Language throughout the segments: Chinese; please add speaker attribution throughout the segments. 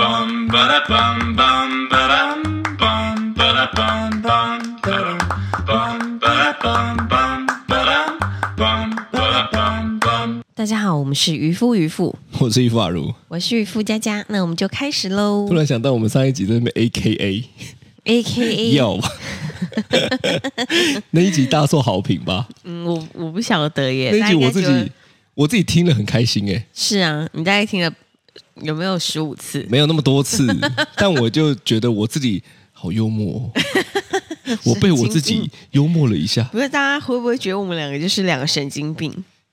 Speaker 1: bum ba da bum bum ba dum bum ba da bum bum ba dum bum ba da bum bum ba dum bum ba da bum bum
Speaker 2: 大家好，我们是渔夫渔妇，
Speaker 3: 我是伊夫阿如。
Speaker 2: 我是渔夫佳佳，那我们就开始喽
Speaker 3: 突然想到我们上一集在那边 A K A
Speaker 2: ，A K A，
Speaker 3: 要吧，那一集大受好评吧？
Speaker 2: 嗯，我我不晓得耶，
Speaker 3: 那一
Speaker 2: 大家
Speaker 3: 集
Speaker 2: 应该
Speaker 3: 我自
Speaker 2: 觉得
Speaker 3: 己我自己听了很开心哎、
Speaker 2: 是啊，你大概听了有没有十五次？
Speaker 3: 没有那么多 次，但我就觉得我自己好幽默、哦，我被我自己幽默了一下。
Speaker 2: 不是大家会不会觉得我们两个就是两个神经病？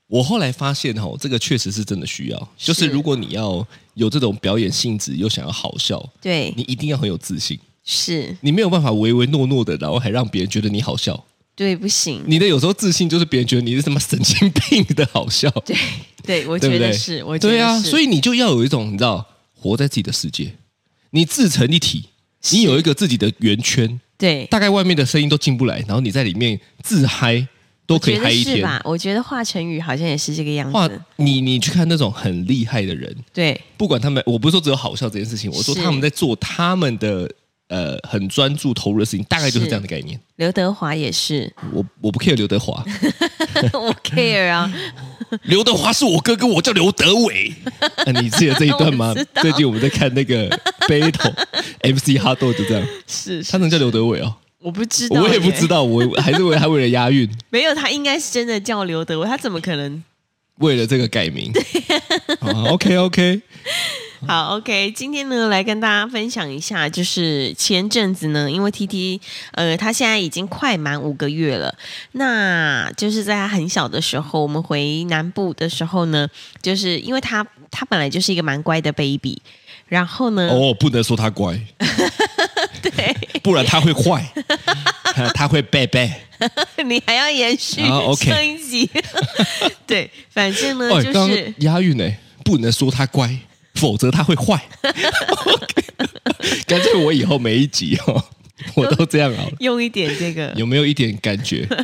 Speaker 3: 我后来发现哦，这个确实是真的需要，就是
Speaker 2: 是
Speaker 3: 如果你要有这种表演性质，又想要好笑，
Speaker 2: 对
Speaker 3: 你，一定要很有自信，
Speaker 2: 是
Speaker 3: 你没有办法唯唯诺诺的，然后还让别人觉得你好笑。
Speaker 2: 对，不行，
Speaker 3: 你的有时候自信就是别人觉得你是什么神经病的 好笑，对
Speaker 2: 对我
Speaker 3: 不
Speaker 2: 觉
Speaker 3: 对？
Speaker 2: 得是，我觉得
Speaker 3: 对啊，
Speaker 2: 是
Speaker 3: 所以你就要有一种你知道，活在自己的世界，你自成一体，你有一个自己的圆圈，
Speaker 2: 对，
Speaker 3: 大概外面的声音都进不来，然后你在里面自嗨都可以
Speaker 2: 觉得
Speaker 3: 嗨一
Speaker 2: 是
Speaker 3: 天。
Speaker 2: 吧？我觉得华晨宇好像也是这个样
Speaker 3: 哇
Speaker 2: 子，，
Speaker 3: 你你去看那种很厉害的人，
Speaker 2: 对，
Speaker 3: 不管他们，我不是说只有好笑这件事情，我说
Speaker 2: 是
Speaker 3: 他们在做他们的呃很专注投入的事情，大概就是这样的概念。
Speaker 2: 刘德华也是，
Speaker 3: 我我不 care 刘德华，
Speaker 2: 我 care 啊，
Speaker 3: 刘德华是我哥哥，我叫刘德伟。 啊、你记得这一段
Speaker 2: 我
Speaker 3: 吗
Speaker 2: 知？道
Speaker 3: 最近我们在看那个 battle MC 哈豆，就这样，
Speaker 2: 是
Speaker 3: 他能叫刘德伟哦，
Speaker 2: 我不知道，
Speaker 3: 我也不知，道，我还是为他为了 押韵，
Speaker 2: 没有，他应该是真的叫刘德伟，他怎么可能？
Speaker 3: 为了这个改名。o 啊 k OK，
Speaker 2: 好，OK，今天呢来跟大家分享一下，就是前阵子呢，因为 T T 呃，他现在已经快满五个月了，那就是在他很小的时候，我们回南部的时候呢，就是因为他他本来就是一个蛮乖的 baby，然后呢，
Speaker 3: 哦，不能说他乖，
Speaker 2: 嗯对
Speaker 3: 不然他会 坏，他会背背。
Speaker 2: 你还要延续
Speaker 3: 啊，OK
Speaker 2: 上一集， 对，反正呢
Speaker 3: 哦，
Speaker 2: 嗯就
Speaker 3: 刚
Speaker 2: 是
Speaker 3: 刚。押韵呢，不能说他乖，否则他会 坏。 干脆我以后每一集哦，我都这样好了。
Speaker 2: 用一点这个
Speaker 3: 有没有一点感觉？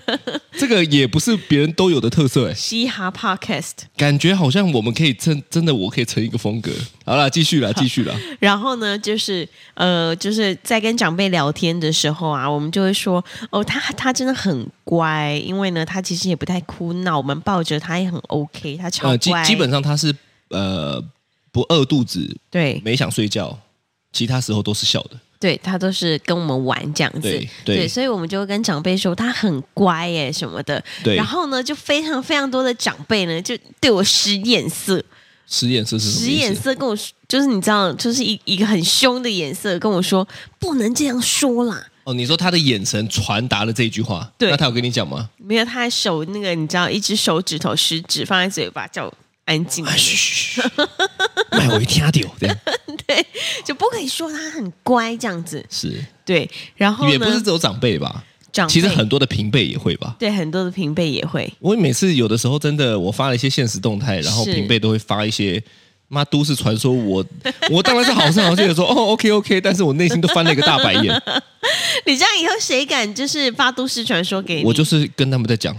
Speaker 3: 这个也不是别人都有的特色哎，
Speaker 2: 嘻哈 podcast，
Speaker 3: 感觉好像我们可以成，真的我可以成一个风格。好啦，继续啦，继续啦。
Speaker 2: 然后呢，就是呃，就是在跟长辈聊天的时候啊，我们就会说，哦，他他真的很乖，因为呢，他其实也不太哭闹，我们抱着他也很 OK，他超
Speaker 3: 呃，基
Speaker 2: 乖，
Speaker 3: 基本上他是呃不饿肚子，
Speaker 2: 对
Speaker 3: 没想睡觉，其他时候都是笑的。
Speaker 2: 对，他都是跟我们玩这样子，
Speaker 3: 对对
Speaker 2: 所以我们就会跟长辈说他很乖耶什么的，
Speaker 3: 对
Speaker 2: 然后呢，就非常非常多的长辈呢就对我使眼色，
Speaker 3: 使眼色是什么
Speaker 2: 使
Speaker 3: 意思？
Speaker 2: 眼色跟我说，就是你知道，就是一一个很凶的眼色跟我说，不能这样说啦。
Speaker 3: 哦，你说他的眼神传达了这句话，
Speaker 2: 对
Speaker 3: 那他有跟你 讲吗？
Speaker 2: 没有，他还手那个你知道，一只手指头食指放在嘴巴叫我安 静，
Speaker 3: 哎嘘， 卖我一听丢，这样
Speaker 2: 就不可以说他很乖这样子。
Speaker 3: 是
Speaker 2: 对，然后呢，
Speaker 3: 也不是只有长辈吧？
Speaker 2: 长辈
Speaker 3: 其实很多的平辈也会吧。
Speaker 2: 对很多的平辈也会
Speaker 3: 我每次有的时候真的，我发了一些现实动态，然后
Speaker 2: 是
Speaker 3: 平辈都会发一些妈都市传说我， 我当然是好声好气的说哦 OK OK，但是我内心都翻了一个大白 眼，
Speaker 2: 你这样以后谁敢就是发都市传说给你？
Speaker 3: 我就是跟他们在讲，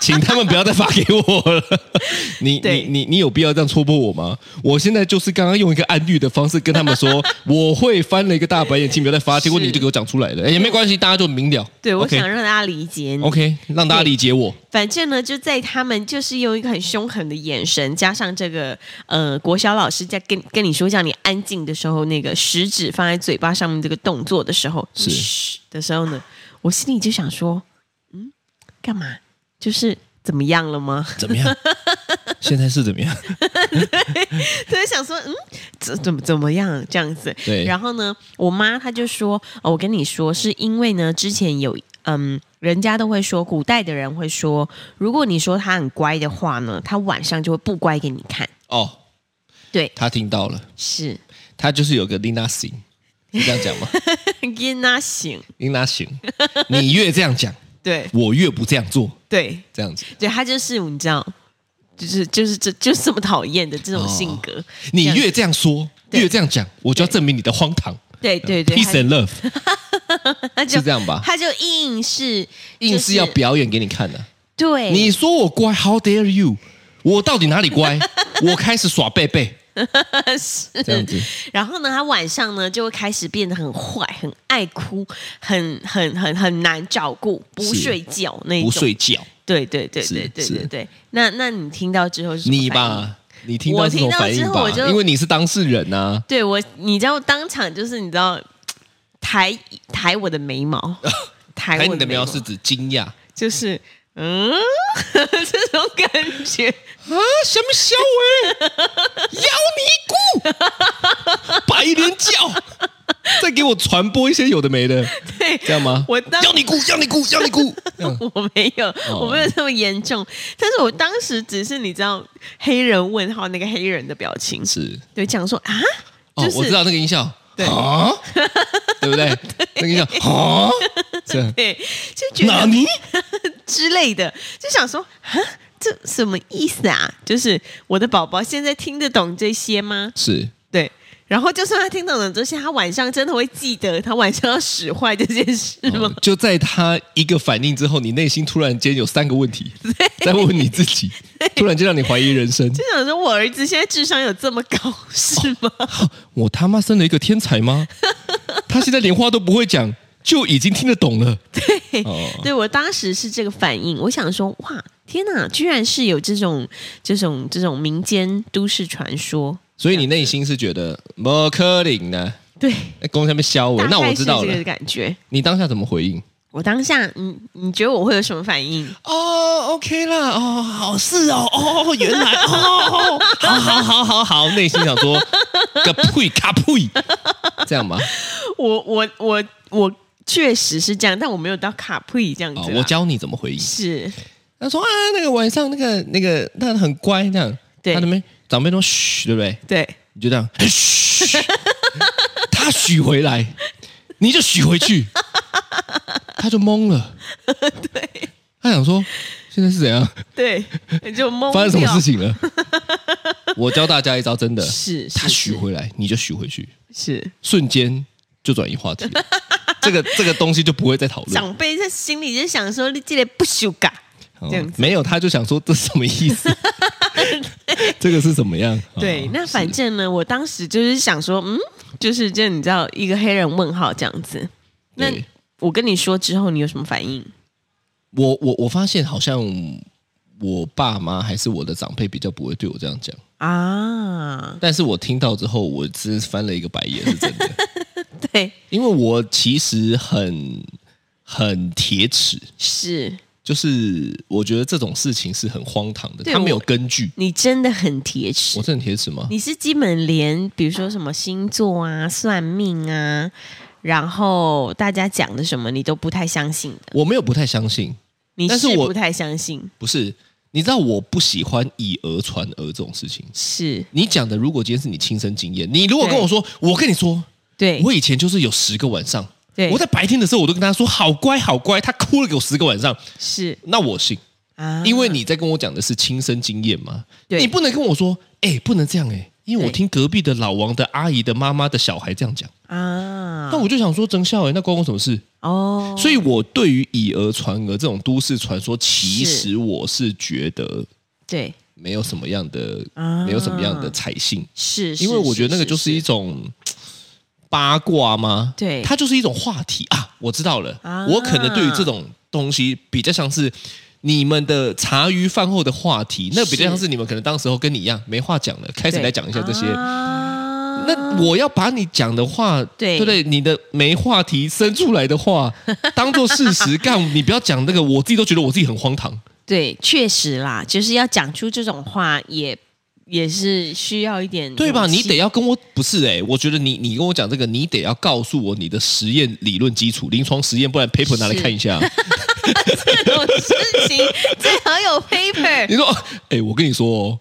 Speaker 3: 请他们不要再发给我了。 你
Speaker 2: 对
Speaker 3: 你你你有必要这样戳破我吗？我现在就是刚刚用一个暗喻的方式跟他们说， 我会翻了一个大白眼，请不要再发，结果
Speaker 2: 是
Speaker 3: 你就给我讲出来了，哎也没关系，大家就明了。
Speaker 2: 对我
Speaker 3: OK
Speaker 2: 想让大家理解你。
Speaker 3: OK，让大家理解我。
Speaker 2: 反正呢，就在他们就是用一个很凶狠的眼神，加上这个呃国小老师在跟跟你说叫你安静的时候，那个食指放在嘴巴上面这个动作的时候，
Speaker 3: 是
Speaker 2: 嘘的时候呢，我心里就想说，嗯，干嘛？就是怎么样了吗？
Speaker 3: 怎么样？现在是怎么样？
Speaker 2: 对，想说，嗯，怎怎么怎么样这样子？
Speaker 3: 对
Speaker 2: 然后呢，我妈她就说，哦、我跟你说，是因为呢，之前有，嗯，人家都会说，古代的人会说，如果你说他很乖的话呢，他晚上就会不乖给你看。
Speaker 3: 哦，
Speaker 2: 对，
Speaker 3: 他听到了，
Speaker 2: 是
Speaker 3: 他就是有个 Lina 行，是这样讲 吗
Speaker 2: 因啊行，
Speaker 3: ？Lina 行，你越这样讲，
Speaker 2: 对
Speaker 3: 我越不这样做，
Speaker 2: 对
Speaker 3: 这样子。
Speaker 2: 对，他就是你知道，就是就是这就是这么讨厌的这种性格。
Speaker 3: 你
Speaker 2: 这样
Speaker 3: 越这样说，
Speaker 2: 对
Speaker 3: 越这样讲，我就要证明你的荒唐。
Speaker 2: 对对对，
Speaker 3: Peace and love
Speaker 2: 他就是
Speaker 3: 这样吧？
Speaker 2: 他就硬是
Speaker 3: 硬
Speaker 2: 就是
Speaker 3: 要表演给你看的、啊
Speaker 2: 对
Speaker 3: 你说我乖，How dare you？我到底哪里乖？我开始耍贝贝，
Speaker 2: 是
Speaker 3: 这样子。
Speaker 2: 然后呢，他晚上呢就会开始变得很坏，很爱哭，很很很很难照顾，不
Speaker 3: 是
Speaker 2: 睡觉那一种。
Speaker 3: 不睡觉，
Speaker 2: 对对对
Speaker 3: 是
Speaker 2: 对对
Speaker 3: 是
Speaker 2: 对对。那那你听到之后是什么
Speaker 3: 你
Speaker 2: 反应？
Speaker 3: 吧，你听到这种反应吧
Speaker 2: 我听到之后我，就
Speaker 3: 因为你是当事人啊呐、
Speaker 2: 对我，你知道当场就是你知道抬抬我的眉 毛，
Speaker 3: 啊。
Speaker 2: 抬
Speaker 3: 还
Speaker 2: 我
Speaker 3: 你的
Speaker 2: 眉
Speaker 3: 苗是指惊讶啊？
Speaker 2: 就是嗯 这种感觉。
Speaker 3: 什么 小伟，咬你 姑，白莲教，再给我传播一些有的没的，
Speaker 2: 对，
Speaker 3: 这样吗？
Speaker 2: 我当
Speaker 3: 要你姑，要你姑，要 你姑，
Speaker 2: 我没有，
Speaker 3: 哦
Speaker 2: 我没有这么严重，但是我当时只是你知道黑人问号那个黑人的表情，
Speaker 3: 是
Speaker 2: 对，讲说啊，
Speaker 3: 哦
Speaker 2: 就，
Speaker 3: 我知
Speaker 2: 是
Speaker 3: 道那个音效，
Speaker 2: 对
Speaker 3: 啊， 对不对？那个音效啊，这样
Speaker 2: 对，就觉
Speaker 3: 哪
Speaker 2: 得
Speaker 3: 里？
Speaker 2: 之类的，就想说啊，这什么意思啊？就是我的宝宝现在听得懂这些吗？
Speaker 3: 是
Speaker 2: 对。然后，就算他听懂了这些，他晚上真的会记得他晚上要使坏这件事吗？
Speaker 3: 哦就在他一个反应之后，你内心突然间有三个问题在问你自己，突然间让你怀疑人生。
Speaker 2: 就想说，我儿子现在智商有这么高是吗？
Speaker 3: 哦我他妈生了一个天才 吗？他现在连话都不会讲，就已经听得懂了。对，哦，
Speaker 2: 对我当时是这个反应，我想说，哇，天哪，居然是有这种这种这种民间都市传说，
Speaker 3: 所以你内心是觉得摩柯林呢？
Speaker 2: 对，
Speaker 3: 哎，公下面削我，
Speaker 2: 大
Speaker 3: 那我
Speaker 2: 概
Speaker 3: 知
Speaker 2: 是
Speaker 3: 道
Speaker 2: 这个
Speaker 3: 了。
Speaker 2: 感觉。
Speaker 3: 你当下怎么回应？
Speaker 2: 我当下，你你觉得我会有什么反应？
Speaker 3: 哦，OK 啦，哦，好事哦，哦，原来哦，哦好好好好好，内心想说个呸，卡呸，这样吗？
Speaker 2: 我我我我确实是这样，但我没有到卡布里这样子
Speaker 3: 啊、
Speaker 2: 啦、
Speaker 3: 我教你怎么回应。
Speaker 2: 是
Speaker 3: 他说啊，那个晚上那个那个他很乖这样，
Speaker 2: 对
Speaker 3: 他那边长辈都嘘，对不对？
Speaker 2: 对
Speaker 3: 你就这样嘘，他嘘回来，你就嘘回去，他就懵了。对，他想说现在是怎样，
Speaker 2: 对，你就懵
Speaker 3: 发生什么
Speaker 2: 掉
Speaker 3: 事？情了？我教大家一招，真的，
Speaker 2: 是是
Speaker 3: 他嘘回来，你就嘘回去，
Speaker 2: 是
Speaker 3: 瞬间就转移话题了。这个这个东西就不会再讨论，
Speaker 2: 长辈在心里就想说，你这个不修改，
Speaker 3: 哦
Speaker 2: 这样子
Speaker 3: 没有，他就想说这是什么意 思？这个是怎么样？哦
Speaker 2: 对，那反正呢，我当时就是想说，嗯，就是这你知道一个黑人问号这样子。那
Speaker 3: 对
Speaker 2: 我跟你说之后，你有什么反应？
Speaker 3: 我我我发现好像我爸妈还是我的长辈比较不会对我这样讲，
Speaker 2: 啊，
Speaker 3: 但是我听到之后，我真是翻了一个白眼，是真的，
Speaker 2: 对，
Speaker 3: 因为我其实很很铁齿，
Speaker 2: 是
Speaker 3: 就是我觉得这种事情是很荒唐的，
Speaker 2: 对
Speaker 3: 他没有
Speaker 2: 我
Speaker 3: 根据。
Speaker 2: 你真的很铁齿
Speaker 3: 我。是很铁齿吗？
Speaker 2: 你是基本连，比如说什么星座啊、算命啊，然后大家讲的什么，你都不太相信的。
Speaker 3: 我没有不太相信，
Speaker 2: 你
Speaker 3: 但是我
Speaker 2: 不太相信，
Speaker 3: 不是，你知道我不喜欢以讹传讹这种事情。
Speaker 2: 是
Speaker 3: 你讲的，如果今天是你亲身经验，你如果
Speaker 2: 对
Speaker 3: 跟我说，我跟你说，
Speaker 2: 对，
Speaker 3: 我以前就是有十个晚上，
Speaker 2: 对
Speaker 3: 我在白天的时候我都跟他说好乖好乖，他哭了给我十个晚上，
Speaker 2: 是
Speaker 3: 那我信，
Speaker 2: 嗯啊，
Speaker 3: 因为你在跟我讲的是亲身经验嘛，
Speaker 2: 对
Speaker 3: 你不能跟我说，哎、不能这样哎、因为我
Speaker 2: 对
Speaker 3: 听隔壁的老王的阿姨的妈妈的小孩这样讲，
Speaker 2: 啊
Speaker 3: 那，我就想说真笑哎、那关我什么事？
Speaker 2: 哦，
Speaker 3: 所以，我对于以讹传讹这种都市传说，其
Speaker 2: 是
Speaker 3: 实我是觉得
Speaker 2: 对，
Speaker 3: 没有什么样的，
Speaker 2: 啊
Speaker 3: 没有什么样的采信，
Speaker 2: 是，
Speaker 3: 因为我觉得那个就是一种八卦吗？
Speaker 2: 对
Speaker 3: 它就是一种话题啊。我知道了，
Speaker 2: 啊
Speaker 3: 我可能对于这种东西比较像是你们的茶余饭后的话题，那比较像是你们可能当时候跟你一样没话讲了，开始
Speaker 2: 对
Speaker 3: 来讲一下这些。
Speaker 2: 啊
Speaker 3: 那我要把你讲的话，
Speaker 2: 对
Speaker 3: 不对？你的没话题生出来 的话，当做事实干，你不要讲那个，我自己都觉得我自己很荒
Speaker 2: 嗯
Speaker 3: 唐。
Speaker 2: 对，确实啦，就是要讲出这种话也。也是需要一点
Speaker 3: 对吧？
Speaker 2: 勇气
Speaker 3: 你得要跟我不是哎、我觉得你你跟我讲这个，你得要告诉我你的实验理论基础、临床实验，不然 paper 拿来看一下。啊
Speaker 2: 这种事 情最好有 paper，
Speaker 3: 你说，哎、我跟你说哦，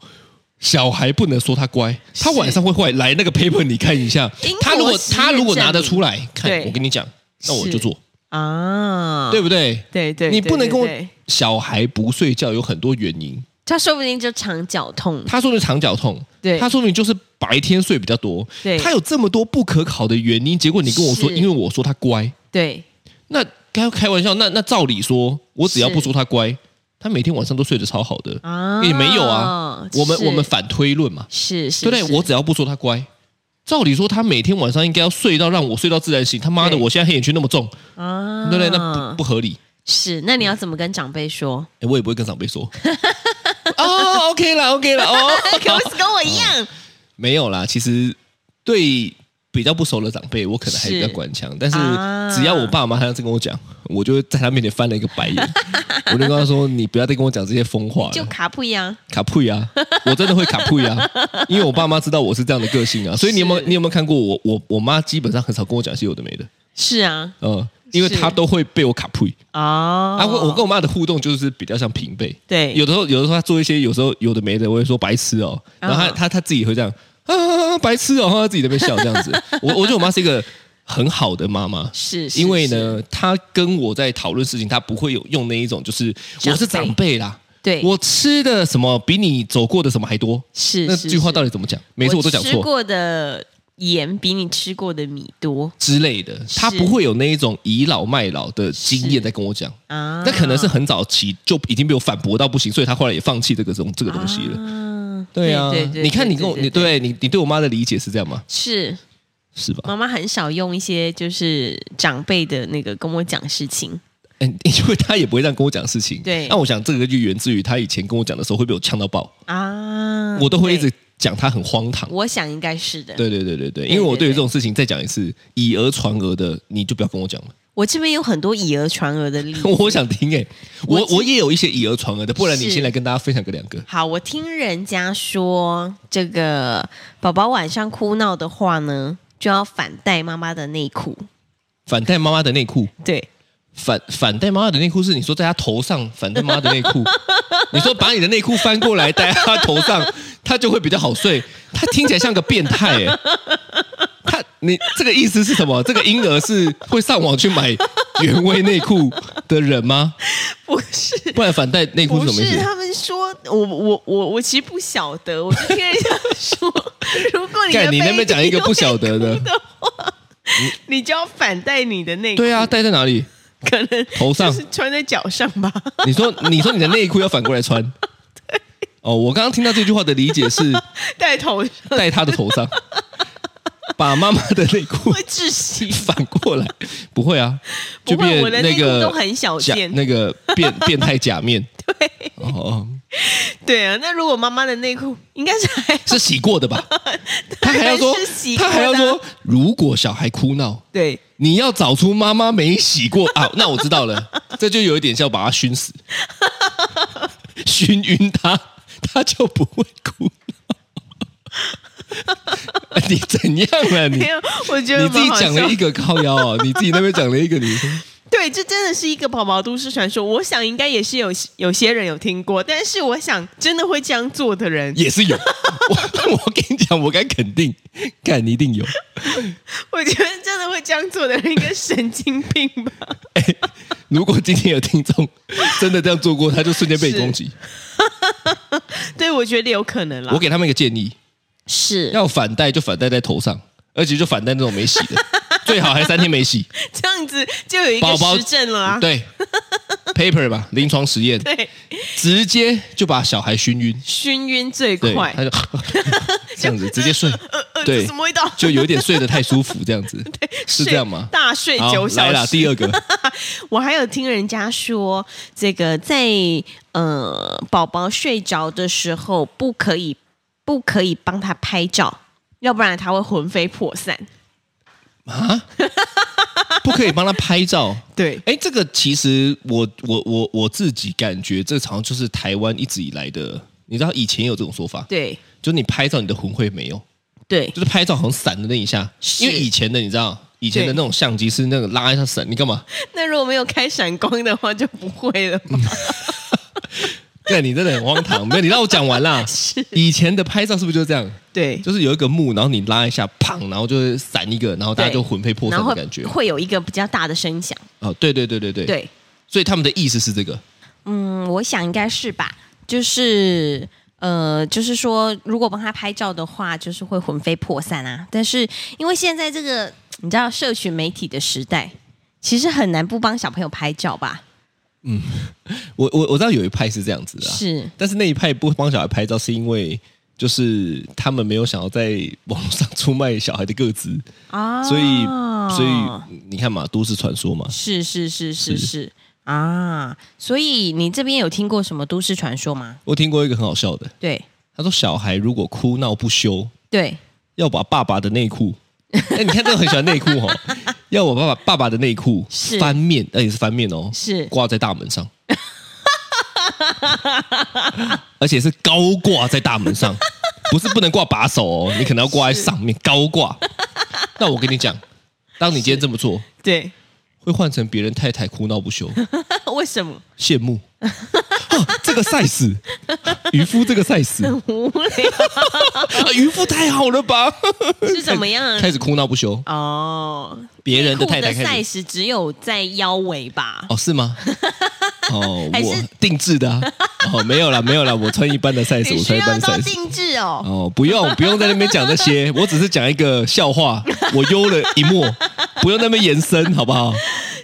Speaker 3: 小孩不能说他乖，他
Speaker 2: 是嗯
Speaker 3: 晚上会坏。来那个 paper 你看一下
Speaker 2: 因果，
Speaker 3: 他如果
Speaker 2: 实验
Speaker 3: 他如果
Speaker 2: 证
Speaker 3: 拿得
Speaker 2: 明
Speaker 3: 出来，看
Speaker 2: 对
Speaker 3: 我跟你讲，那我
Speaker 2: 是
Speaker 3: 就做，
Speaker 2: 啊，
Speaker 3: 对不对？
Speaker 2: 对对，
Speaker 3: 你
Speaker 2: 对
Speaker 3: 不能
Speaker 2: 对
Speaker 3: 跟我
Speaker 2: 对嗯
Speaker 3: 小孩不睡觉有很多原因，
Speaker 2: 他说不定就肠绞痛，
Speaker 3: 他说的肠绞痛，
Speaker 2: 对
Speaker 3: 他说明就是白天睡比较多，
Speaker 2: 对
Speaker 3: 他有这么多不可考的原因，结果你跟我说，
Speaker 2: 是
Speaker 3: 因为我说他乖，
Speaker 2: 对
Speaker 3: 那该开玩笑，那那照理说，我只要
Speaker 2: 是
Speaker 3: 不说他乖，他每天晚上都睡得超好的，
Speaker 2: 啊
Speaker 3: 也没有啊。我们
Speaker 2: 是
Speaker 3: 我们反推论嘛，
Speaker 2: 是是，
Speaker 3: 对不对？
Speaker 2: 是
Speaker 3: 我只要不说他乖，照理说他每天晚上应该要睡到让我睡到自然醒。他妈的，
Speaker 2: 对
Speaker 3: 我现在黑眼圈那么重，
Speaker 2: 啊，
Speaker 3: 对不对？那不不合理。
Speaker 2: 是，那你要怎么跟长辈说？
Speaker 3: 哎，我也不会跟长 辈说。哦，OK 啦，OK 啦，哦，
Speaker 2: 可不是跟我一样？
Speaker 3: 没有啦，其实对比较不熟的长辈，我可能还比较官腔，但是
Speaker 2: 啊
Speaker 3: 只要我爸妈他这跟我讲，我就会在他面前翻了一个 白眼，我就跟他说：“你不要再跟我讲这些疯话
Speaker 2: 就
Speaker 3: 了，
Speaker 2: 卡不一样，
Speaker 3: 卡普呀、啊，我真的会卡普呀、 啊，因为我爸妈知道我是这样的个性啊，所以你有没有
Speaker 2: 是
Speaker 3: 你有没有看过我我我妈基本上很少跟我讲一些有的没的，
Speaker 2: 是啊，
Speaker 3: 嗯，因为
Speaker 2: 是
Speaker 3: 她都会被我卡普。”
Speaker 2: 哦，
Speaker 3: 啊，我我跟我妈的互动就是比较像平辈，
Speaker 2: 对
Speaker 3: 有的时候有的时候她做一些有时候有的没的，我会说白痴哦，然后她
Speaker 2: 嗯
Speaker 3: 她她自己会这样啊啊啊白痴哦，然后她自己在那边笑这样子。我我觉得我妈是一个很好的妈妈，
Speaker 2: 是，是
Speaker 3: 因为，呢，她跟我在讨论事情，她不会有用那一种就是我是长辈啦，
Speaker 2: 是对，
Speaker 3: 我吃的什么比你走过的什么还多，
Speaker 2: 是
Speaker 3: 那
Speaker 2: 是
Speaker 3: 句话
Speaker 2: 是
Speaker 3: 到底怎么讲？每次我都讲
Speaker 2: 吃
Speaker 3: 错。
Speaker 2: 过的盐比你吃过的米多
Speaker 3: 之类的，她
Speaker 2: 是
Speaker 3: 不会有那一种倚老卖老的经
Speaker 2: 是
Speaker 3: 验在跟我讲，
Speaker 2: 啊，
Speaker 3: 那可能是很早期就已经被我反驳到不行，所以他后来也放弃这个这种这个东西了。
Speaker 2: 了
Speaker 3: 啊，
Speaker 2: 对对，
Speaker 3: 你看你跟我，
Speaker 2: 对啊
Speaker 3: 你对你你对我妈的理解是这样吗？
Speaker 2: 是
Speaker 3: 是吧？
Speaker 2: 妈妈很少用一些就是长辈的那个跟我讲事情，
Speaker 3: 嗯， 因为她也不会这样跟我讲事情。
Speaker 2: 对
Speaker 3: 那我想这个就源自于她以前跟我讲的时候会被我呛到爆，
Speaker 2: 啊，
Speaker 3: 我都会一
Speaker 2: 对
Speaker 3: 直讲她很荒唐。
Speaker 2: 我想应该是的。
Speaker 3: 对对对对对，因为我
Speaker 2: 对对
Speaker 3: 对于这种事情再讲一次，以讹传讹的，你就不要跟我讲了。
Speaker 2: 我这边有很多以讹传讹的例子。
Speaker 3: 我想听哎、我
Speaker 2: 我
Speaker 3: 我也有一些以讹传讹的，不然你
Speaker 2: 是
Speaker 3: 先来跟大家分享个两 个。
Speaker 2: 好，我听人家说，这个宝宝晚上哭闹的话呢，就要反带妈妈的内裤。
Speaker 3: 反带妈妈的内裤，
Speaker 2: 对，
Speaker 3: 反反戴妈妈的内裤是你说在她头上反戴妈妈的内 裤，你说把你的内裤翻过来戴她头上，她就会比较好睡。她听起来像个变态哎、她你这个意思是什么？这个婴儿是会上网去买原味内裤的人吗？
Speaker 2: 不是。
Speaker 3: 不然反戴内裤
Speaker 2: 不
Speaker 3: 是什么意
Speaker 2: 是，
Speaker 3: 思？
Speaker 2: 他们说，我我我我其实不晓得，我就听人家 说，如果你的
Speaker 3: 干你那边讲一个不晓得
Speaker 2: 的
Speaker 3: 的
Speaker 2: 的话， 你就要反带你的内裤，
Speaker 3: 对啊，戴在哪里？
Speaker 2: 可能
Speaker 3: 头上
Speaker 2: 就是穿在脚上吧。
Speaker 3: 你说你说你的内裤要反过来穿？哦，我刚刚听到这句话的理解 是
Speaker 2: 带头上
Speaker 3: 戴她的头上，把妈妈的内裤
Speaker 2: 会窒息。
Speaker 3: 反过来，不会啊，
Speaker 2: 不
Speaker 3: 就
Speaker 2: 会
Speaker 3: 变
Speaker 2: 我的
Speaker 3: 那
Speaker 2: 内
Speaker 3: 个
Speaker 2: 裤都很小
Speaker 3: 假
Speaker 2: 件
Speaker 3: 那个 变变态假面。对，哦，
Speaker 2: 对啊，那如果妈妈的内裤应该是 还
Speaker 3: 是洗过的 吧？他还要说
Speaker 2: 是洗，过的
Speaker 3: 他
Speaker 2: 啊
Speaker 3: 还要说，如果小孩哭闹，
Speaker 2: 对，
Speaker 3: 你要找出妈妈没洗过啊。那我知道了， 这就有一点像把他熏死， 熏晕他，他就不会哭闹。 你怎样了、你
Speaker 2: 没有，我觉得
Speaker 3: 你自己
Speaker 2: 蛮好
Speaker 3: 讲
Speaker 2: 笑
Speaker 3: 了一个靠腰 啊，你自己那边讲了一个，你说。
Speaker 2: 对，这真的是一个宝宝都市传说。我想应该也是有有些人有听过，但是我想真的会这样做的人，
Speaker 3: 也是有。 我我跟你讲，我敢肯定，看你一定有。
Speaker 2: 我觉得真的会这样做的人应该神经病吧？
Speaker 3: 哎如果今天有听众真的这样做过，他就瞬间被你攻击。
Speaker 2: 对，我觉得有可能啦
Speaker 3: 我。给他们一个建议：
Speaker 2: 是
Speaker 3: 要反戴就反戴在头上，而且就反戴那种没洗 的，最好还三天没洗。
Speaker 2: 这样子，就有一
Speaker 3: 宝
Speaker 2: 个
Speaker 3: 宝嗯
Speaker 2: 实证了啊。
Speaker 3: 对，paper 吧，临床实验，
Speaker 2: 对，
Speaker 3: 直接就把小孩熏晕。
Speaker 2: 熏晕最
Speaker 3: 对，
Speaker 2: 快
Speaker 3: 他，就这样子直接睡，
Speaker 2: 呃呃，
Speaker 3: 对
Speaker 2: 这什么味道？
Speaker 3: 就有点睡得太舒服，这样 子是这样吗
Speaker 2: 睡？大睡
Speaker 3: 好
Speaker 2: 九小
Speaker 3: 来
Speaker 2: 时。
Speaker 3: 啦，第二个
Speaker 2: 我还有听人家说，这个在呃宝宝睡着的时候，不可以不可以帮他拍照，要不然他会魂飞魄散。
Speaker 3: 啊，不可以帮他拍照。
Speaker 2: 对，
Speaker 3: 哎，这个其实我我我我自己感觉，这好像就是台湾一直以来的。你知道以前有这种说法，
Speaker 2: 对，
Speaker 3: 就是你拍照你的魂会没有，
Speaker 2: 对，
Speaker 3: 就是拍照好像闪的那一下，
Speaker 2: 是
Speaker 3: 因为以前的你知道，以前的
Speaker 2: 对
Speaker 3: 那种相机是那个拉一下闪，你 干嘛？
Speaker 2: 那如果没有开闪光的话，就不会了吧。
Speaker 3: 嗯对，你真的很荒唐。没有，你让我讲完啦。以前的拍照是不是就这样？
Speaker 2: 对，
Speaker 3: 就是有一个幕，然后你拉一下，砰，然后就会闪一个，然后大家
Speaker 2: 对
Speaker 3: 就魂飞魄
Speaker 2: 然
Speaker 3: 散
Speaker 2: 后
Speaker 3: 的感觉。
Speaker 2: 会有一个比较大的声响。
Speaker 3: 哦，对对对对对。
Speaker 2: 对，
Speaker 3: 所以他们的意思是这个，
Speaker 2: 嗯，我想应该是吧，就是。呃，就是说，如果帮他拍照的话，就是会魂飞魄散啊。但是因为现在这个你知道，社群媒体的时代，其实很难不帮小朋友拍照吧？
Speaker 3: 我我我知道有一派是这样子的、啊，
Speaker 2: 是
Speaker 3: 但是那一派不帮小孩拍照，是因为就是他们没有想要在网络上出卖小孩的个子，
Speaker 2: 啊，
Speaker 3: 所以所以你看嘛，都市传说嘛，
Speaker 2: 是是是是
Speaker 3: 是
Speaker 2: 是啊，所以你这边有听过什么都市传说吗？
Speaker 3: 我听过一个很好笑的，
Speaker 2: 对
Speaker 3: 他说小孩如果哭闹不休，
Speaker 2: 对，
Speaker 3: 要把爸爸的 内裤，哎，你看这个很喜欢内裤哦，要我爸爸爸爸的内裤
Speaker 2: 是
Speaker 3: 翻面，那、也是翻面哦，
Speaker 2: 是
Speaker 3: 挂在大门上，而且是高挂在大门上，不是不能挂把手哦，你可能要挂在上面高挂。那我跟你讲，当你今天这么做，
Speaker 2: 对，
Speaker 3: 会换成别人太太哭闹不休，
Speaker 2: 为什么
Speaker 3: 羡慕。啊、这个 size，渔夫这个 size，
Speaker 2: 无聊？
Speaker 3: 啊渔夫太好了吧？
Speaker 2: 是怎么样？
Speaker 3: 开始哭闹不休，
Speaker 2: 哦，
Speaker 3: 别人的太太
Speaker 2: 内裤的
Speaker 3: 开始
Speaker 2: size 只有在腰围吧？
Speaker 3: 哦，是吗？哦，
Speaker 2: 还是
Speaker 3: 我定制的、啊。哦，没有啦，没有啦，我穿一般的 size，
Speaker 2: 你需
Speaker 3: 我穿一
Speaker 2: 要
Speaker 3: 般的
Speaker 2: 到
Speaker 3: size。
Speaker 2: 定制哦。
Speaker 3: 哦，不用，不用在那边讲这些，我只是讲一个笑 话，我悠了一默，不用那边延伸，好不好？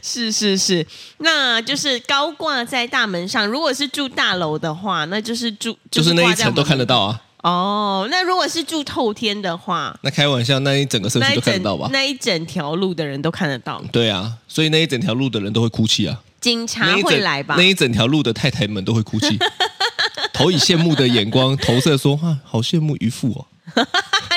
Speaker 2: 是是是，那就是高挂在大门上。如果是住大楼的话，那就是住
Speaker 3: 就是那
Speaker 2: 挂
Speaker 3: 一
Speaker 2: 在我
Speaker 3: 层
Speaker 2: 们
Speaker 3: 都看得到啊。
Speaker 2: 哦。那如果是住透天的话，
Speaker 3: 那开玩笑，那一整个社
Speaker 2: 那
Speaker 3: 区
Speaker 2: 一
Speaker 3: 都看
Speaker 2: 整
Speaker 3: 得到吧？
Speaker 2: 那一整条路的人都看得到，
Speaker 3: 对啊，所以那一整条路的人都会哭泣啊，
Speaker 2: 警察
Speaker 3: 那一
Speaker 2: 会
Speaker 3: 整
Speaker 2: 来吧？
Speaker 3: 那一整条路的太太们都会 哭泣，投以羡慕的眼光投射说：“啊，好羡慕渔夫 哦。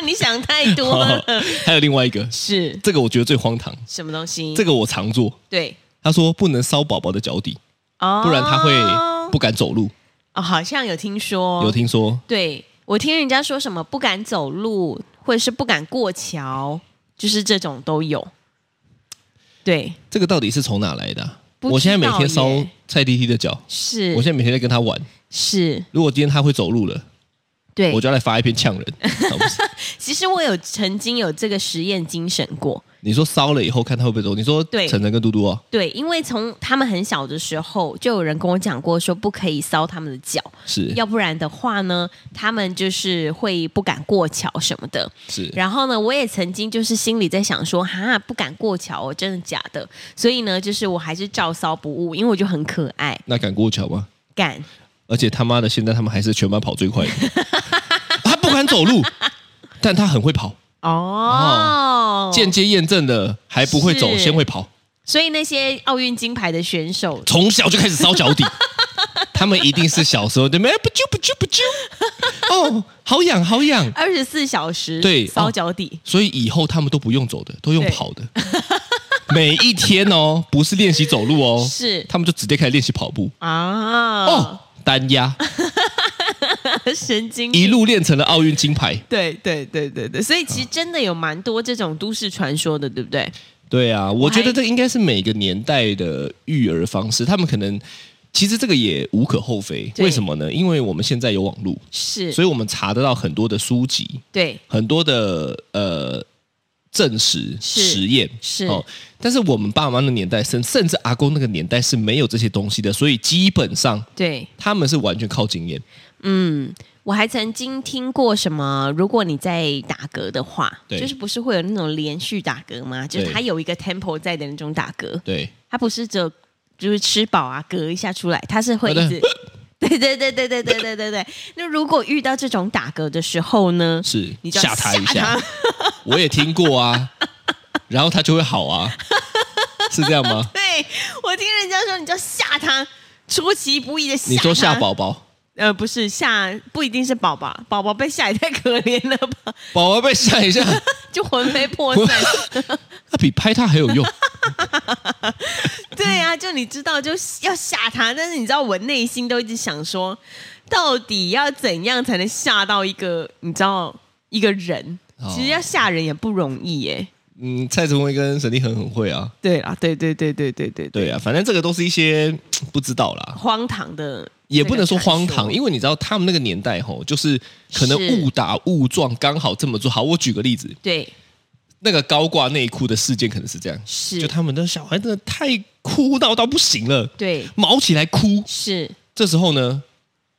Speaker 2: 你想太多
Speaker 3: 哦
Speaker 2: 了，”
Speaker 3: 还有另外一个，
Speaker 2: 是
Speaker 3: 这个我觉得最荒唐，
Speaker 2: 什么东西？
Speaker 3: 这个我常做。
Speaker 2: 对
Speaker 3: 他说不能搔宝宝的脚底，
Speaker 2: 哦，
Speaker 3: 不然他会不敢走路。
Speaker 2: 哦，好像有听说，
Speaker 3: 有听说？
Speaker 2: 对我听人家说什么不敢走路，或者是不敢过桥，就是这种都有。对，
Speaker 3: 这个到底是从哪来的啊、
Speaker 2: 不知道
Speaker 3: 我现在每天搔
Speaker 2: 耶
Speaker 3: 蔡弟弟的脚，
Speaker 2: 是，
Speaker 3: 我现在每天在跟他玩。
Speaker 2: 是
Speaker 3: 如果今天他会走路了，
Speaker 2: 对
Speaker 3: 我。就要来发一篇呛人。啊 不是
Speaker 2: 其实我有曾经有这个实验精神过，
Speaker 3: 你说搔了以后看他会不会走？你说
Speaker 2: 对
Speaker 3: 晨晨跟嘟嘟哦，
Speaker 2: 对，因为从他们很小的时候，就有人跟我讲过说不可以搔他们的脚，
Speaker 3: 是
Speaker 2: 要不然的话呢，他们就是会不敢过桥什么的。
Speaker 3: 是
Speaker 2: 然后呢，我也曾经就是心里在想说，哈，不敢过桥、哦，真的假的？所以呢，就是我还是照骚不误，因为我就很可爱，
Speaker 3: 那敢过桥吗？
Speaker 2: 敢
Speaker 3: 而且他妈的，现在他们还是全班跑最快的。 他不敢走路，但他很会跑，
Speaker 2: 哦。
Speaker 3: 间接验证了还不会走
Speaker 2: 是
Speaker 3: 先会跑。
Speaker 2: 所以那些奥运金牌的选手，
Speaker 3: 从小就开始烧脚底。 他们一定是小时候对没不啾不啾不啾，哦，好痒好痒，
Speaker 2: 二十四小时
Speaker 3: 对
Speaker 2: 搔
Speaker 3: 哦
Speaker 2: 脚底，
Speaker 3: 所以以后他们都不用走的，都用
Speaker 2: 对
Speaker 3: 跑的。每一天哦，不是练习走路哦，
Speaker 2: 是
Speaker 3: 他们就直接开始练习跑步
Speaker 2: 啊，
Speaker 3: 哦，单压
Speaker 2: 神经
Speaker 3: 一
Speaker 2: 病
Speaker 3: 路练成了奥运金牌。
Speaker 2: 对对对对对，所以其实真的有蛮多这种都市传说的，对不对？
Speaker 3: 对啊，我
Speaker 2: 还
Speaker 3: 觉得这应该是每个年代的育儿方式，他们可能其实这个也无可厚非。
Speaker 2: 对
Speaker 3: 为什么呢？因为我们现在有网络，
Speaker 2: 是，
Speaker 3: 所以我们查得到很多的书籍，
Speaker 2: 对
Speaker 3: 很多的呃证实
Speaker 2: 是
Speaker 3: 实验
Speaker 2: 是
Speaker 3: 哦但是我们爸妈那年代，甚甚至阿公那个年代是没有这些东西的，所以基本上
Speaker 2: 对，
Speaker 3: 他们是完全靠经验。
Speaker 2: 嗯，我还曾经听过什么，如果你在打嗝的话，
Speaker 3: 对
Speaker 2: 就是不是会有那种连续打嗝吗？就是
Speaker 3: 对
Speaker 2: 它有一个 tempo 在的那种打嗝，
Speaker 3: 对，
Speaker 2: 它不是只有就是吃饱啊嗝一下出来，它是会一直。 对对对对对对对对对。那如果遇到这种打嗝的时候呢？
Speaker 3: 是
Speaker 2: 你就要
Speaker 3: 吓他一
Speaker 2: 吓
Speaker 3: 下，我也听过啊，然后他就会好啊，是这样吗？
Speaker 2: 对我听人家说，你就吓他，出其不意的吓他。
Speaker 3: 你说吓宝宝，
Speaker 2: 呃，不是吓，不一定是宝宝，宝宝被吓也太可怜了吧，
Speaker 3: 宝宝被吓一下，
Speaker 2: 就魂飞魄散。
Speaker 3: 那比拍他还有用。
Speaker 2: 对啊，就你知道就要吓他，但是你知道我内心都一直想说，到底要怎样才能吓到一个你知道一个人？
Speaker 3: 哦
Speaker 2: 其实要吓人也不容易耶。
Speaker 3: 嗯，蔡成威跟沈立恒很会啊，
Speaker 2: 对啦，对对对对对对对，
Speaker 3: 对啊，反正这个都是一些嗯不知道啦。
Speaker 2: 荒唐的
Speaker 3: 也不能说荒
Speaker 2: 那
Speaker 3: 唐，
Speaker 2: 个传说
Speaker 3: 因为你知道他们那个年代吼，就是可能
Speaker 2: 是
Speaker 3: 误打误撞，刚好这么做。好，我举个例子，
Speaker 2: 对
Speaker 3: 那个高挂内裤的事件可能是这样，
Speaker 2: 是
Speaker 3: 就他们的小孩真的太哭闹到不行了，
Speaker 2: 对
Speaker 3: 毛起来哭。
Speaker 2: 是
Speaker 3: 这时候呢，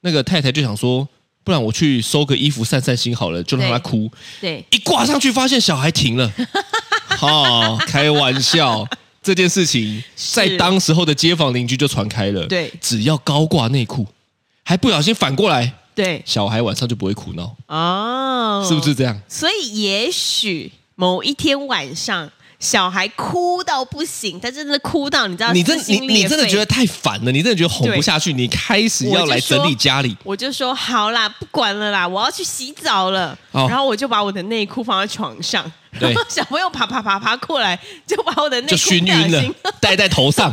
Speaker 3: 那个太太就想说，不然我去收个衣服散散心好了，就让他哭。
Speaker 2: 对
Speaker 3: 一挂上去，发现小孩停了，哈、开玩笑，这件事情在当时候的街坊邻居就传开了。
Speaker 2: 对
Speaker 3: 只要高挂内裤，还不小心反过来，
Speaker 2: 对
Speaker 3: 小孩晚上就不会苦闹，
Speaker 2: 哦，
Speaker 3: 是不是？这样？
Speaker 2: 所以也许某一天晚上，小孩哭到不行，他真的哭到你知道，
Speaker 3: 你真
Speaker 2: 啊撕
Speaker 3: 你
Speaker 2: 心裂
Speaker 3: 你真的
Speaker 2: 肺
Speaker 3: 觉得太烦了，你真的觉得哄
Speaker 2: 对
Speaker 3: 不下去，你开始要来整理家里。
Speaker 2: 我就说好啦，不管了啦，我要去洗澡了。
Speaker 3: 哦
Speaker 2: 然后我就把我的内裤放在床上，
Speaker 3: 对
Speaker 2: 然后小朋友爬爬爬爬过来，就把我 的内
Speaker 3: 就
Speaker 2: 裤
Speaker 3: 熏
Speaker 2: 不小
Speaker 3: 晕了
Speaker 2: 心，
Speaker 3: 戴在 头上，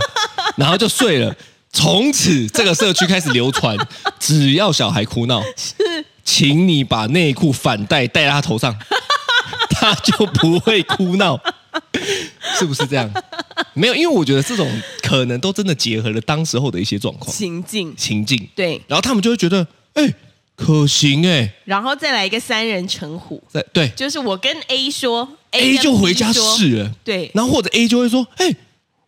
Speaker 3: 然后就睡了。从此这个社区开始 流传，只要小孩哭闹，请你把内裤反戴戴在他头上， 他就不会哭闹，是不是这样？没有，因为我觉得这种可能都真的结合了当时候的一些状况
Speaker 2: 情境。
Speaker 3: 情境，
Speaker 2: 对，
Speaker 3: 然后他们就会觉得，哎、可行哎、
Speaker 2: 然后再来一个三人成虎，
Speaker 3: 在对
Speaker 2: 就是我跟 A 说
Speaker 3: A
Speaker 2: 跟
Speaker 3: 就回
Speaker 2: B
Speaker 3: 家
Speaker 2: 说
Speaker 3: 试了，
Speaker 2: 对
Speaker 3: 然后或者 A 就会说，哎、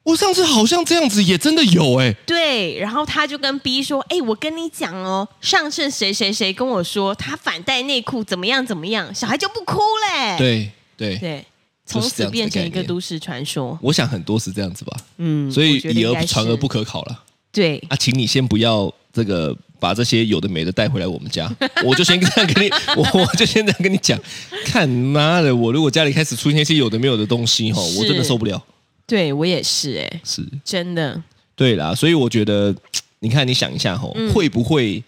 Speaker 3: 我上次好像这样子也真的有哎、
Speaker 2: 对，然后他就跟 B 说：“哎、我跟你讲哦，上次谁谁谁跟我说他反戴内裤怎么样怎么样，小孩就不哭嘞。
Speaker 3: 对对
Speaker 2: 哎对，
Speaker 3: 就
Speaker 2: 从
Speaker 3: 是这
Speaker 2: 此
Speaker 3: 样子的
Speaker 2: 变成一
Speaker 3: 概
Speaker 2: 个
Speaker 3: 念
Speaker 2: 都市传说。
Speaker 3: 我想很多是这样子吧，
Speaker 2: 嗯，
Speaker 3: 所以
Speaker 2: 我觉得
Speaker 3: 以
Speaker 2: 应
Speaker 3: 讹
Speaker 2: 该
Speaker 3: 传讹
Speaker 2: 是
Speaker 3: 不可考了
Speaker 2: 对，
Speaker 3: 啊，请你先不要这个把这些有的没的带回来我们 家，我就先这样跟你， 我我就先这样跟你讲，看妈的，我如果家里开始出现一些有的没有的东西哈，
Speaker 2: 是
Speaker 3: 我真的受不了，
Speaker 2: 对我也是、哎，
Speaker 3: 是
Speaker 2: 真的，
Speaker 3: 对啦，所以我觉得，你看你想一下哈，
Speaker 2: 嗯
Speaker 3: 会不会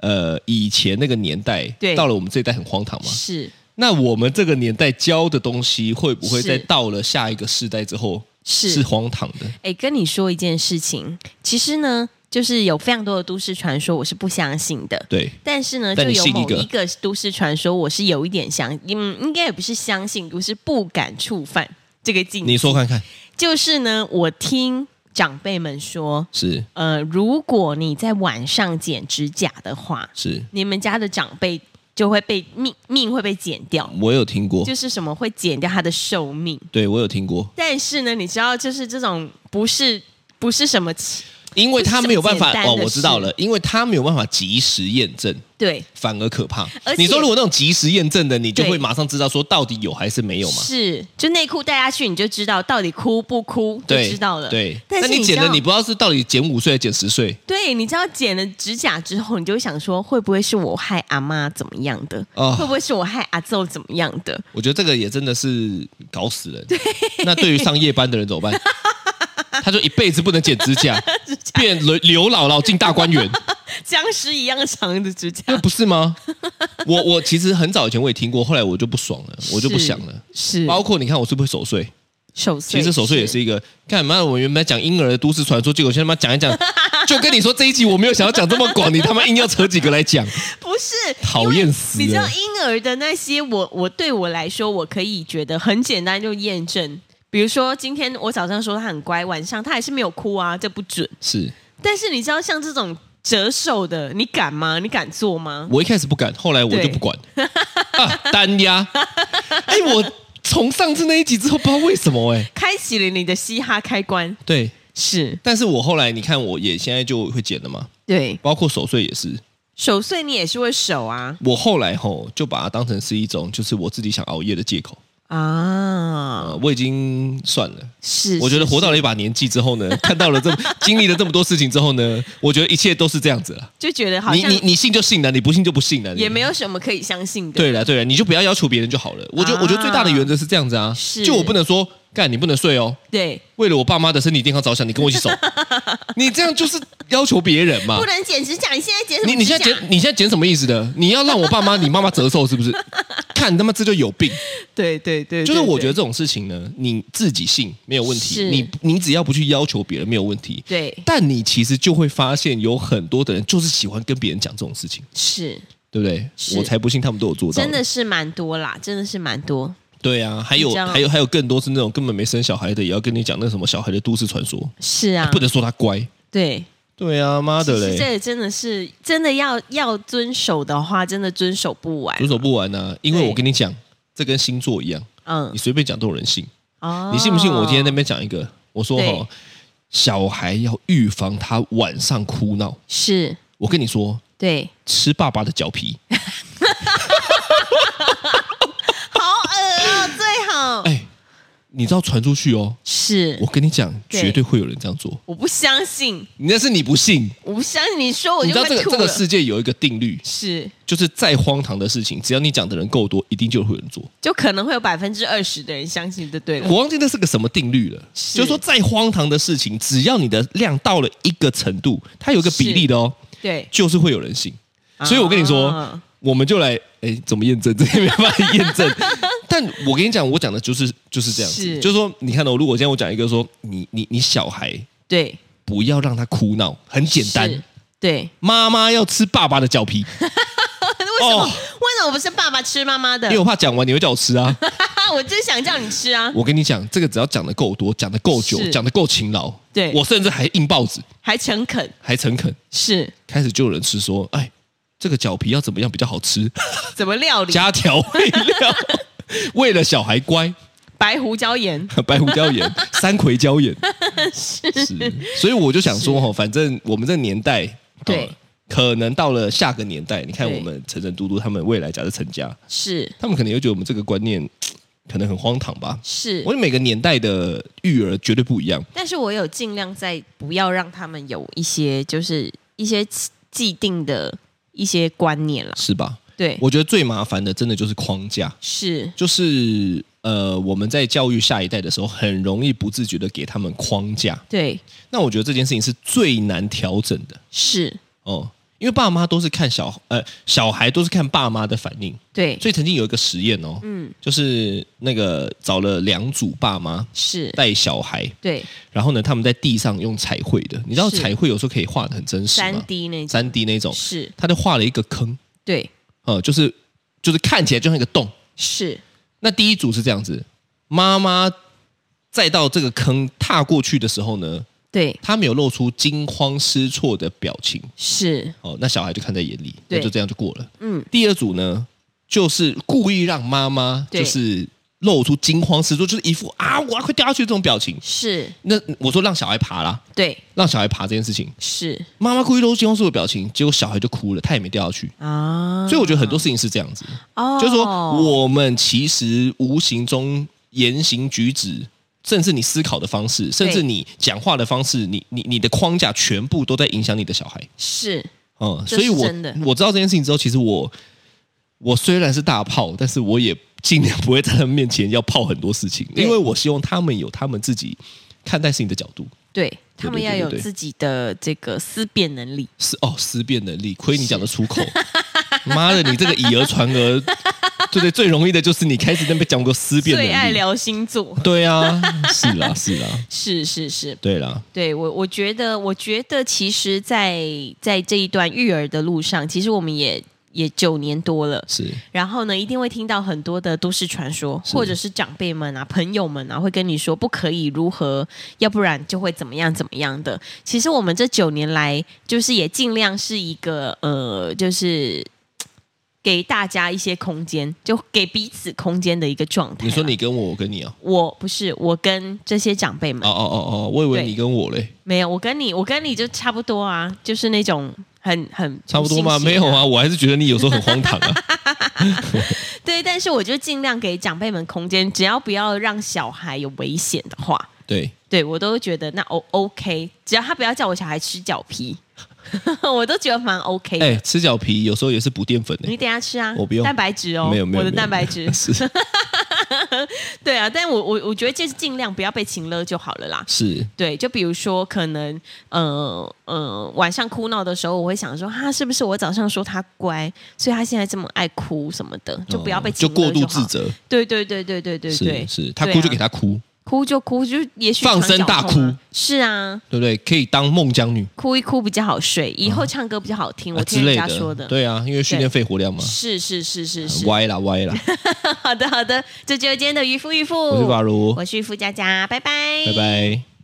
Speaker 3: 呃以前那个年代，
Speaker 2: 对
Speaker 3: 到了我们这一代很荒唐吗？
Speaker 2: 是
Speaker 3: 那我们这个年代教的东西，会不会
Speaker 2: 是
Speaker 3: 在到了下一个世代之后
Speaker 2: 是
Speaker 3: 是荒唐的？
Speaker 2: 哎、跟你说一件事情，其实呢，就是有非常多的都市传说，我是不相信的。
Speaker 3: 对。
Speaker 2: 但是呢，就
Speaker 3: 但你
Speaker 2: 有
Speaker 3: 信一
Speaker 2: 某
Speaker 3: 个
Speaker 2: 一个都市传说，我是有一点相，嗯，应该也不是相信，我是不敢触犯这个禁忌。
Speaker 3: 你说看看，
Speaker 2: 就是呢，我听长辈们说，
Speaker 3: 是
Speaker 2: 呃，如果你在晚上剪指甲的话，
Speaker 3: 是，
Speaker 2: 你们家的长辈就会被命命会被剪掉，
Speaker 3: 我有听过，
Speaker 2: 就是什么会剪掉他的寿命。
Speaker 3: 对我有听过，
Speaker 2: 但是呢，你知道，就是这种不是不是什么奇
Speaker 3: 因为他没有办
Speaker 2: 不
Speaker 3: 法
Speaker 2: 是这么简单
Speaker 3: 哦，
Speaker 2: 的
Speaker 3: 我知道了，因为他没有办法及时验证，
Speaker 2: 对，
Speaker 3: 反而可怕
Speaker 2: 而。且
Speaker 3: 你说如果那种及时验证的，你就
Speaker 2: 对
Speaker 3: 会马上知道说到底有还是没有嘛？
Speaker 2: 是就内裤带下去，你就知道到底哭不哭，就
Speaker 3: 对，
Speaker 2: 知道了。
Speaker 3: 对，
Speaker 2: 但
Speaker 3: 那
Speaker 2: 是
Speaker 3: 你
Speaker 2: 知
Speaker 3: 减
Speaker 2: 道
Speaker 3: 了，你不知道是到底减五岁还是减十岁
Speaker 2: 对，你知道剪了指甲之后，你就会想说，会不会是我害阿妈怎么样的？会
Speaker 3: 哦。
Speaker 2: 不会是我害阿奏怎么样的？
Speaker 3: 我觉得这个也真的是搞死人。那对于上夜班的人怎么 办？他就一辈子不能剪指甲，变刘刘姥姥进大观园。
Speaker 2: 僵尸一样长的指甲，
Speaker 3: 那不是吗？我我其实很早以前我也听过，后来我就不爽了，我就不想了。
Speaker 2: 是
Speaker 3: 包括你看我是不是会守岁？
Speaker 2: 手碎，
Speaker 3: 其实守岁也是一个，干嘛？我原本讲婴儿的都市传说，结果现在他妈讲 一讲，就跟你说这一集我没有想要讲这么广，你他妈硬要扯几个来讲，
Speaker 2: 不是
Speaker 3: 讨厌死了
Speaker 2: 因为你知道婴儿的那些，我我对我来说，我可以觉得很简单就验证。比如说，今天我早上说他很乖，晚上他还是没有哭啊，这不准。
Speaker 3: 是
Speaker 2: 但是你知道，像这种折寿的，你敢吗？你敢做吗？
Speaker 3: 我一开始不敢，后来我就不管，啊、单 压。哎、我从上次那一集之后，不知道为什么哎、
Speaker 2: 开启了你的嘻哈开关，
Speaker 3: 对，
Speaker 2: 是
Speaker 3: 但是我后来你看，我也现在就会剪了嘛，
Speaker 2: 对
Speaker 3: 包括守岁也是。
Speaker 2: 守岁，你也是会守啊
Speaker 3: 我后来吼就把它当成是一种，就是我自己想熬夜的借口。
Speaker 2: 啊，
Speaker 3: 呃，我已经算了，
Speaker 2: 是。
Speaker 3: 我觉得
Speaker 2: 是
Speaker 3: 活到了一把年纪之后呢，看到了这么 经历了这么多事情之后呢，我觉得一切都是这样子了。
Speaker 2: 就觉得好
Speaker 3: 你
Speaker 2: 像
Speaker 3: 你你信就信了，你不信就不信了，你
Speaker 2: 也没有什么可以相信的。
Speaker 3: 对了对了，你就不要要求别人就好了。我觉得、我觉得最大的原则是这样子啊，
Speaker 2: 啊是
Speaker 3: 就我不能说干你不能睡哦，
Speaker 2: 对，
Speaker 3: 为了我爸妈的身体健康着想，你跟我 一起走，你这样就是要求别人嘛
Speaker 2: 不。能剪指甲，你现在剪什么？
Speaker 3: 你你现在剪你现在剪什么意思的？你要让我爸妈你妈妈折寿 是不是？看你他妈这就有病。
Speaker 2: 对对对，
Speaker 3: 就是我觉
Speaker 2: 得
Speaker 3: 得这种事情呢，你自己信没有问题，
Speaker 2: 是
Speaker 3: 你你只要不去要求别人没有问题。
Speaker 2: 对
Speaker 3: 但你其实就会发现，有很多的人就是喜欢跟别人讲这种事情，
Speaker 2: 是
Speaker 3: 对不对？
Speaker 2: 是
Speaker 3: 我才不信他们都有做到。
Speaker 2: 真的，是蛮多啦，真的是蛮多。
Speaker 3: 对啊，还有
Speaker 2: 这样
Speaker 3: 还有还有更多是那种根本没生小孩的，也要跟你讲那什么小孩的都市传说，
Speaker 2: 是啊，
Speaker 3: 不能说他乖。
Speaker 2: 对，
Speaker 3: 对啊，妈
Speaker 2: 其
Speaker 3: 的
Speaker 2: 实这
Speaker 3: 嘞，
Speaker 2: 个真的是真的要要遵守的话，真的遵守不完
Speaker 3: 遵。守不完啊！因为
Speaker 2: 对
Speaker 3: 我跟你讲，这跟星座一样，
Speaker 2: 嗯
Speaker 3: 你，随便讲都有人信。
Speaker 2: 哦
Speaker 3: 你信不信？我今天在那边讲一个，我说
Speaker 2: 对
Speaker 3: 哈，小孩要预防他晚上哭闹。
Speaker 2: 是
Speaker 3: 我跟你说，
Speaker 2: 对，
Speaker 3: 吃爸爸的脚 皮，
Speaker 2: 好恶哦，最好
Speaker 3: 哎，你知道传出去哦，
Speaker 2: 是
Speaker 3: 我跟你讲，
Speaker 2: 对
Speaker 3: 绝对会有人这样做。
Speaker 2: 我不相信，
Speaker 3: 你那是你不信，
Speaker 2: 我不相信你说我
Speaker 3: 你
Speaker 2: 就
Speaker 3: 知道
Speaker 2: 会
Speaker 3: 这个
Speaker 2: 吐
Speaker 3: 这个
Speaker 2: 了。
Speaker 3: 世界有一个定律，
Speaker 2: 是，
Speaker 3: 就是再荒唐的事情，只要你讲的人够多，一定就会有人做。
Speaker 2: 就可能会有百分之二十的人相信，就对了。
Speaker 3: 我忘记那是个什么定律了，
Speaker 2: 是
Speaker 3: 就是说再荒唐的事情，只要你的量到了一个程度，它有一个比例的哦，
Speaker 2: 对，
Speaker 3: 就是会有人信。所以我跟你说，
Speaker 2: 啊
Speaker 3: 我们就来，哎，怎么验证？这也没办法验 证。但我跟你讲，我讲的就是就是这样子，
Speaker 2: 是
Speaker 3: 就是说，你看哦，如果今天我讲一个说，你你你小孩
Speaker 2: 对，
Speaker 3: 不要让他哭闹，很简
Speaker 2: 是
Speaker 3: 单，
Speaker 2: 对。
Speaker 3: 妈妈要吃爸爸的脚皮，
Speaker 2: 为什么？
Speaker 3: 哦
Speaker 2: 为什么不是爸爸吃妈妈的
Speaker 3: 因为？我怕讲完你会叫我吃啊。
Speaker 2: 我就想叫你吃啊，
Speaker 3: 我跟你讲，这个只要讲的够多，讲的够久
Speaker 2: 是，
Speaker 3: 讲的够勤劳，
Speaker 2: 对
Speaker 3: 我甚至还硬报纸，
Speaker 2: 还诚恳，
Speaker 3: 还诚恳，
Speaker 2: 是
Speaker 3: 开始就有人吃说，哎，这个脚皮要怎么样比较好吃？
Speaker 2: 怎么料理？
Speaker 3: 加调味料，为了小孩乖，
Speaker 2: 白胡椒盐，
Speaker 3: 白胡椒盐、三葵 椒盐，是，所以我就想说哈，反正我们这个年代，
Speaker 2: 对
Speaker 3: 呃可能到了下个年代，你看
Speaker 2: 对
Speaker 3: 我们晨晨嘟嘟他们未来假设成家，
Speaker 2: 是
Speaker 3: 他们可能也觉得我们这个观念可能很荒唐吧。
Speaker 2: 是
Speaker 3: 我。觉得每个年代的育儿绝对不一样，
Speaker 2: 但是我有尽量在不要让他们有一些就是一些既定的一些观念啦。
Speaker 3: 是吧？
Speaker 2: 对，
Speaker 3: 我觉得最麻烦的真的就是框架，
Speaker 2: 是
Speaker 3: 就是呃，我们在教育下一代的时候，很容易不自觉的给他们框架。
Speaker 2: 对
Speaker 3: 那我觉得这件事情是最难调整的
Speaker 2: 是，
Speaker 3: 哦，因为爸妈都是看小呃小孩都是看爸妈的反应，
Speaker 2: 对
Speaker 3: 所以曾经有一个实验哦，嗯，就是那个找了两组爸妈
Speaker 2: 是，
Speaker 3: 带小孩，
Speaker 2: 对
Speaker 3: 然后呢，他们在地上用彩绘的，你知道
Speaker 2: 是
Speaker 3: 彩绘有时候可以画的很真实
Speaker 2: 三
Speaker 3: 吗？
Speaker 2: D 那种
Speaker 3: 三哦 D 那种，
Speaker 2: 是，
Speaker 3: 他就画了一个坑，
Speaker 2: 对
Speaker 3: 呃，就是就是看起来就像一个洞，
Speaker 2: 是
Speaker 3: 那第一组是这样子，妈妈再到这个坑踏过去的时候呢，
Speaker 2: 对
Speaker 3: 她没有露出惊慌失措的表情，
Speaker 2: 是
Speaker 3: 哦，那小孩就看在眼里，
Speaker 2: 对
Speaker 3: 那就这样就过了。
Speaker 2: 嗯
Speaker 3: 第二组呢，就是故意让妈妈
Speaker 2: 对
Speaker 3: 就是露出惊慌失措，就是一副啊我要快掉下去这种表情。
Speaker 2: 是，
Speaker 3: 那我说让小孩爬啦，
Speaker 2: 对
Speaker 3: 让小孩爬这件事情，
Speaker 2: 是
Speaker 3: 妈妈故意露出惊慌失措的表情，结果小孩就哭了，他也没掉下去。
Speaker 2: 啊，
Speaker 3: 所以我觉得很多事情是这样子，
Speaker 2: 哦，
Speaker 3: 就是说我们其实无形中言行举止，甚至你思考的方式，甚至你讲话的方式，你你你的框架，全部都在影响你的小孩。
Speaker 2: 是
Speaker 3: 嗯，
Speaker 2: 这
Speaker 3: 所以
Speaker 2: 是
Speaker 3: 我
Speaker 2: 真的
Speaker 3: 我知道这件事情之后，其实我我虽然是大炮，但是我也尽量不会在他们面前要炮很多事情，
Speaker 2: 对
Speaker 3: 因为我希望他们有他们自己看待事情的角度。
Speaker 2: 对他们
Speaker 3: 对
Speaker 2: 要
Speaker 3: 对
Speaker 2: 有
Speaker 3: 对
Speaker 2: 自己的这个思辨能力，
Speaker 3: 思哦，思辨能力，亏你讲得出 口。妈的，你这个以讹传讹，对对，最容易的就是你开始那边讲过思辨
Speaker 2: 最爱
Speaker 3: 能力。
Speaker 2: 聊星座，
Speaker 3: 对啊，是啦，是啦，
Speaker 2: 是是是，
Speaker 3: 对啦，
Speaker 2: 对我，我觉得，我觉得，其实在，在这一段育儿的路上，其实我们也也九年多了。
Speaker 3: 是
Speaker 2: 然后呢，一定会听到很多的都市传说，
Speaker 3: 是
Speaker 2: 或者是长辈们啊、朋友们啊，会跟你说不可以如何，要不然就会怎么样怎么样的。其实我们这九年来，就是也尽量是一个呃，就是嘖给大家一些空间，就给彼此空间的一个状态啦。
Speaker 3: 你说你跟我，我跟你啊，
Speaker 2: 我不是我跟这些长辈们
Speaker 3: 哦哦哦哦，我以为
Speaker 2: 对
Speaker 3: 你跟我嘞，
Speaker 2: 没有，我跟你，我跟你就差不多啊，就是那种很很
Speaker 3: 差不多吗？
Speaker 2: 很新
Speaker 3: 没
Speaker 2: 鲜啊
Speaker 3: 有啊，我还是觉得你有时候很荒唐啊。
Speaker 2: 对，但是我就尽量给长辈们空间，只要不要让小孩有危险的话，
Speaker 3: 对，
Speaker 2: 对我都觉得那 O OK，只要他不要叫我小孩吃脚皮， 我都觉得蛮 OK 的。
Speaker 3: 哎、吃脚皮有时候也是补淀粉欸的、
Speaker 2: 你等一下吃啊，
Speaker 3: 我不用
Speaker 2: 蛋白质哦，
Speaker 3: 没有没有，
Speaker 2: 我的
Speaker 3: 没有。
Speaker 2: 蛋白质
Speaker 3: 是
Speaker 2: 对啊，但我我我觉得就是尽量不要被情勒就好了啦。
Speaker 3: 是
Speaker 2: 对，就比如说，可能呃呃，晚上哭闹的时候，我会想说，哈，是不是我早上说他乖，所以他现在这么爱哭什么的，就不要被
Speaker 3: 哦
Speaker 2: 情勒
Speaker 3: 就过度
Speaker 2: 好
Speaker 3: 自。责，
Speaker 2: 对对对对对对对，
Speaker 3: 是是，他
Speaker 2: 对
Speaker 3: 哭
Speaker 2: 啊
Speaker 3: 就给他哭，
Speaker 2: 哭就哭，就也许
Speaker 3: 放
Speaker 2: 床
Speaker 3: 声
Speaker 2: 脚
Speaker 3: 大
Speaker 2: 痛
Speaker 3: 哭
Speaker 2: 啊。是啊，
Speaker 3: 对不对？可以当孟姜女
Speaker 2: 哭一哭比较好睡，以后唱歌比较好听。
Speaker 3: 啊
Speaker 2: 我
Speaker 3: 之
Speaker 2: 听
Speaker 3: 类
Speaker 2: 人家
Speaker 3: 的，
Speaker 2: 说的，
Speaker 3: 对啊啊，因为训练肺活量嘛，
Speaker 2: 是是是是是。
Speaker 3: 歪啦歪啦，
Speaker 2: 好的好的，这就是今天的渔夫渔妇，
Speaker 3: 我是巴 如，
Speaker 2: 我是渔夫佳佳，拜拜，
Speaker 3: 拜。拜。